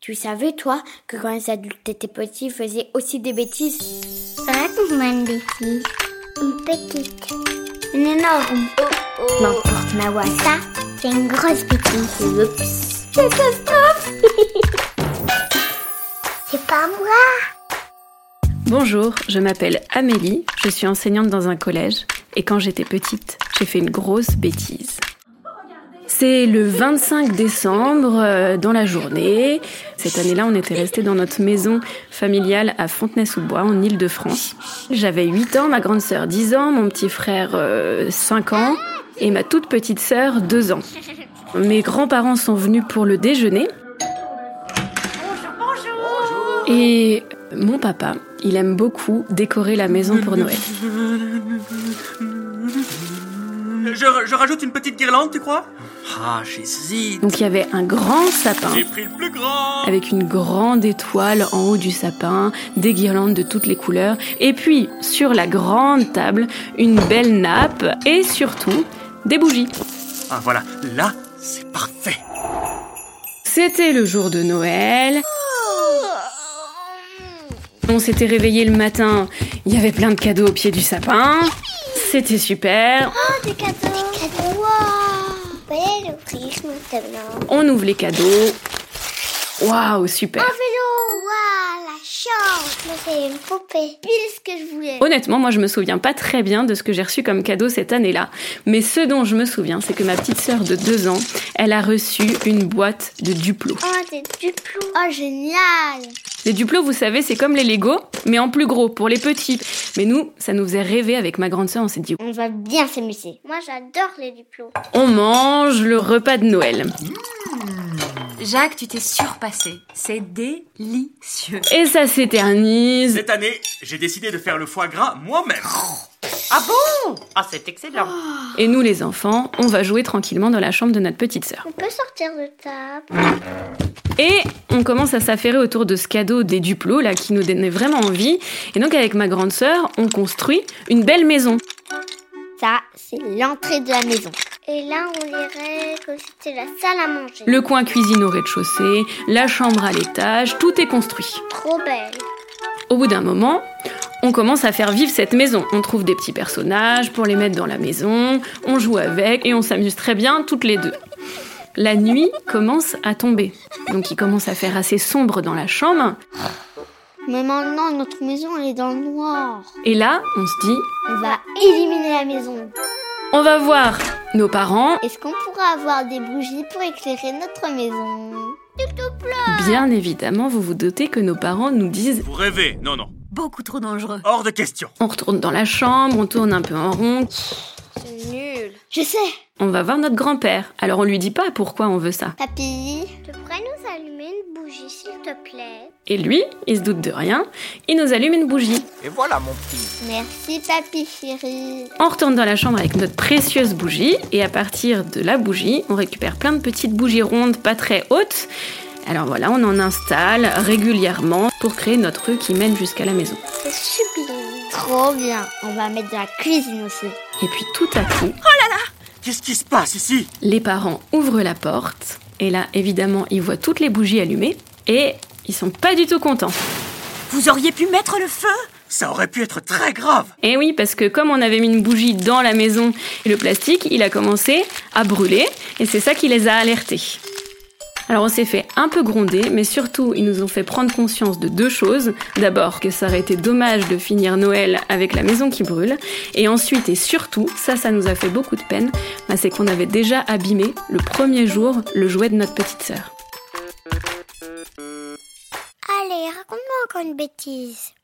Tu savais, toi, que quand les adultes étaient petits, ils faisaient aussi des bêtises Raconte-moi une bêtise. Une petite. Une énorme. N'importe ma voix. Oh, Ça, c'est une grosse bêtise. Oups. Catastrophe C'est pas moi Bonjour, je m'appelle Amélie, je suis enseignante dans un collège et quand j'étais petite, j'ai fait une grosse bêtise. C'est le 25 décembre euh, dans la journée. Cette année-là, on était resté dans notre maison familiale à Fontenay-sous-Bois en Île-de-France. J'avais 8 ans, ma grande sœur 10 ans, mon petit frère euh, 5 ans et ma toute petite sœur 2 ans. Mes grands-parents sont venus pour le déjeuner et mon papa, il aime beaucoup décorer la maison pour Noël. Je, je rajoute une petite guirlande, tu crois Ah, j'hésite. Donc il y avait un grand sapin J'ai pris le plus grand. avec une grande étoile en haut du sapin, des guirlandes de toutes les couleurs, et puis sur la grande table, une belle nappe et surtout des bougies. Ah, voilà, là, c'est parfait. C'était le jour de Noël. On s'était réveillé le matin, il y avait plein de cadeaux au pied du sapin. C'était super. Oh, des cadeaux Des cadeaux Wow Voyez l'ouvrir maintenant. On ouvre les cadeaux. Waouh, super. vélo Waouh, la chance Moi, c'est une poupée. Pile ce que je voulais. Honnêtement, moi je me souviens pas très bien de ce que j'ai reçu comme cadeau cette année-là, mais ce dont je me souviens, c'est que ma petite sœur de 2 ans, elle a reçu une boîte de Duplo. Oh, des duplos Oh, génial Les Duplo, vous savez, c'est comme les Lego, mais en plus gros pour les petits. Mais nous, ça nous faisait rêver avec ma grande sœur, on s'est dit On va bien s'amuser. Moi, j'adore les duplos. on mange le repas de Noël. Jacques, tu t'es surpassé. C'est délicieux. Et ça s'éternise. Cette année, j'ai décidé de faire le foie gras moi-même. Ah bon Ah, c'est excellent. Et nous les enfants, on va jouer tranquillement dans la chambre de notre petite sœur. On peut sortir de table. Et on commence à s'affairer autour de ce cadeau des duplos, là, qui nous donnait vraiment envie. Et donc, avec ma grande sœur, on construit une belle maison. Ça, c'est l'entrée de la maison. Et là, on dirait que c'était la salle à manger. Le coin cuisine au rez-de-chaussée, la chambre à l'étage, tout est construit. Trop belle. Au bout d'un moment, on commence à faire vivre cette maison. On trouve des petits personnages pour les mettre dans la maison, on joue avec et on s'amuse très bien toutes les deux. La nuit commence à tomber. Donc il commence à faire assez sombre dans la chambre. Mais maintenant, notre maison, elle est dans le noir. Et là, on se dit, On va Bah. éliminer la maison. on va voir nos parents Est-ce qu'on pourra avoir des bougies pour éclairer notre maison Bien évidemment, vous vous doutez que nos parents nous disent Vous rêvez Non, non. Beaucoup trop dangereux. Hors de question. on retourne dans la chambre, on tourne un peu en rond, C'est nul. Je sais. on va voir notre grand-père. Alors on lui dit pas pourquoi on veut ça. Papy, Tu pourrais nous allumer une bougie, s'il te plaît Et lui, il se doute de rien, il nous allume une bougie. Et voilà mon petit. merci papy chéri. On retourne dans la chambre avec notre précieuse bougie et à partir de la bougie, on récupère plein de petites bougies rondes pas très hautes. Alors voilà, on en installe régulièrement pour créer notre rue qui mène jusqu'à la maison. C'est sublime. Trop bien. On va mettre de la cuisine aussi. Et puis tout à coup, Qu'est-ce qui se passe ici Les parents ouvrent la porte et là, évidemment, ils voient toutes les bougies allumées et ils sont pas du tout contents. Vous auriez pu mettre le feu Ça aurait pu être très grave. Et Eh oui, parce que comme on avait mis une bougie dans la maison, le plastique, il a commencé à brûler et c'est ça qui les a alertés. Alors on s'est fait un peu gronder, mais surtout ils nous ont fait prendre conscience de deux choses. D'abord que ça aurait été dommage de finir Noël avec la maison qui brûle, et ensuite et surtout, ça ça nous a fait beaucoup de peine, bah, c'est qu'on avait déjà abîmé le premier jour le jouet de notre petite sœur. Allez, raconte-moi encore une bêtise.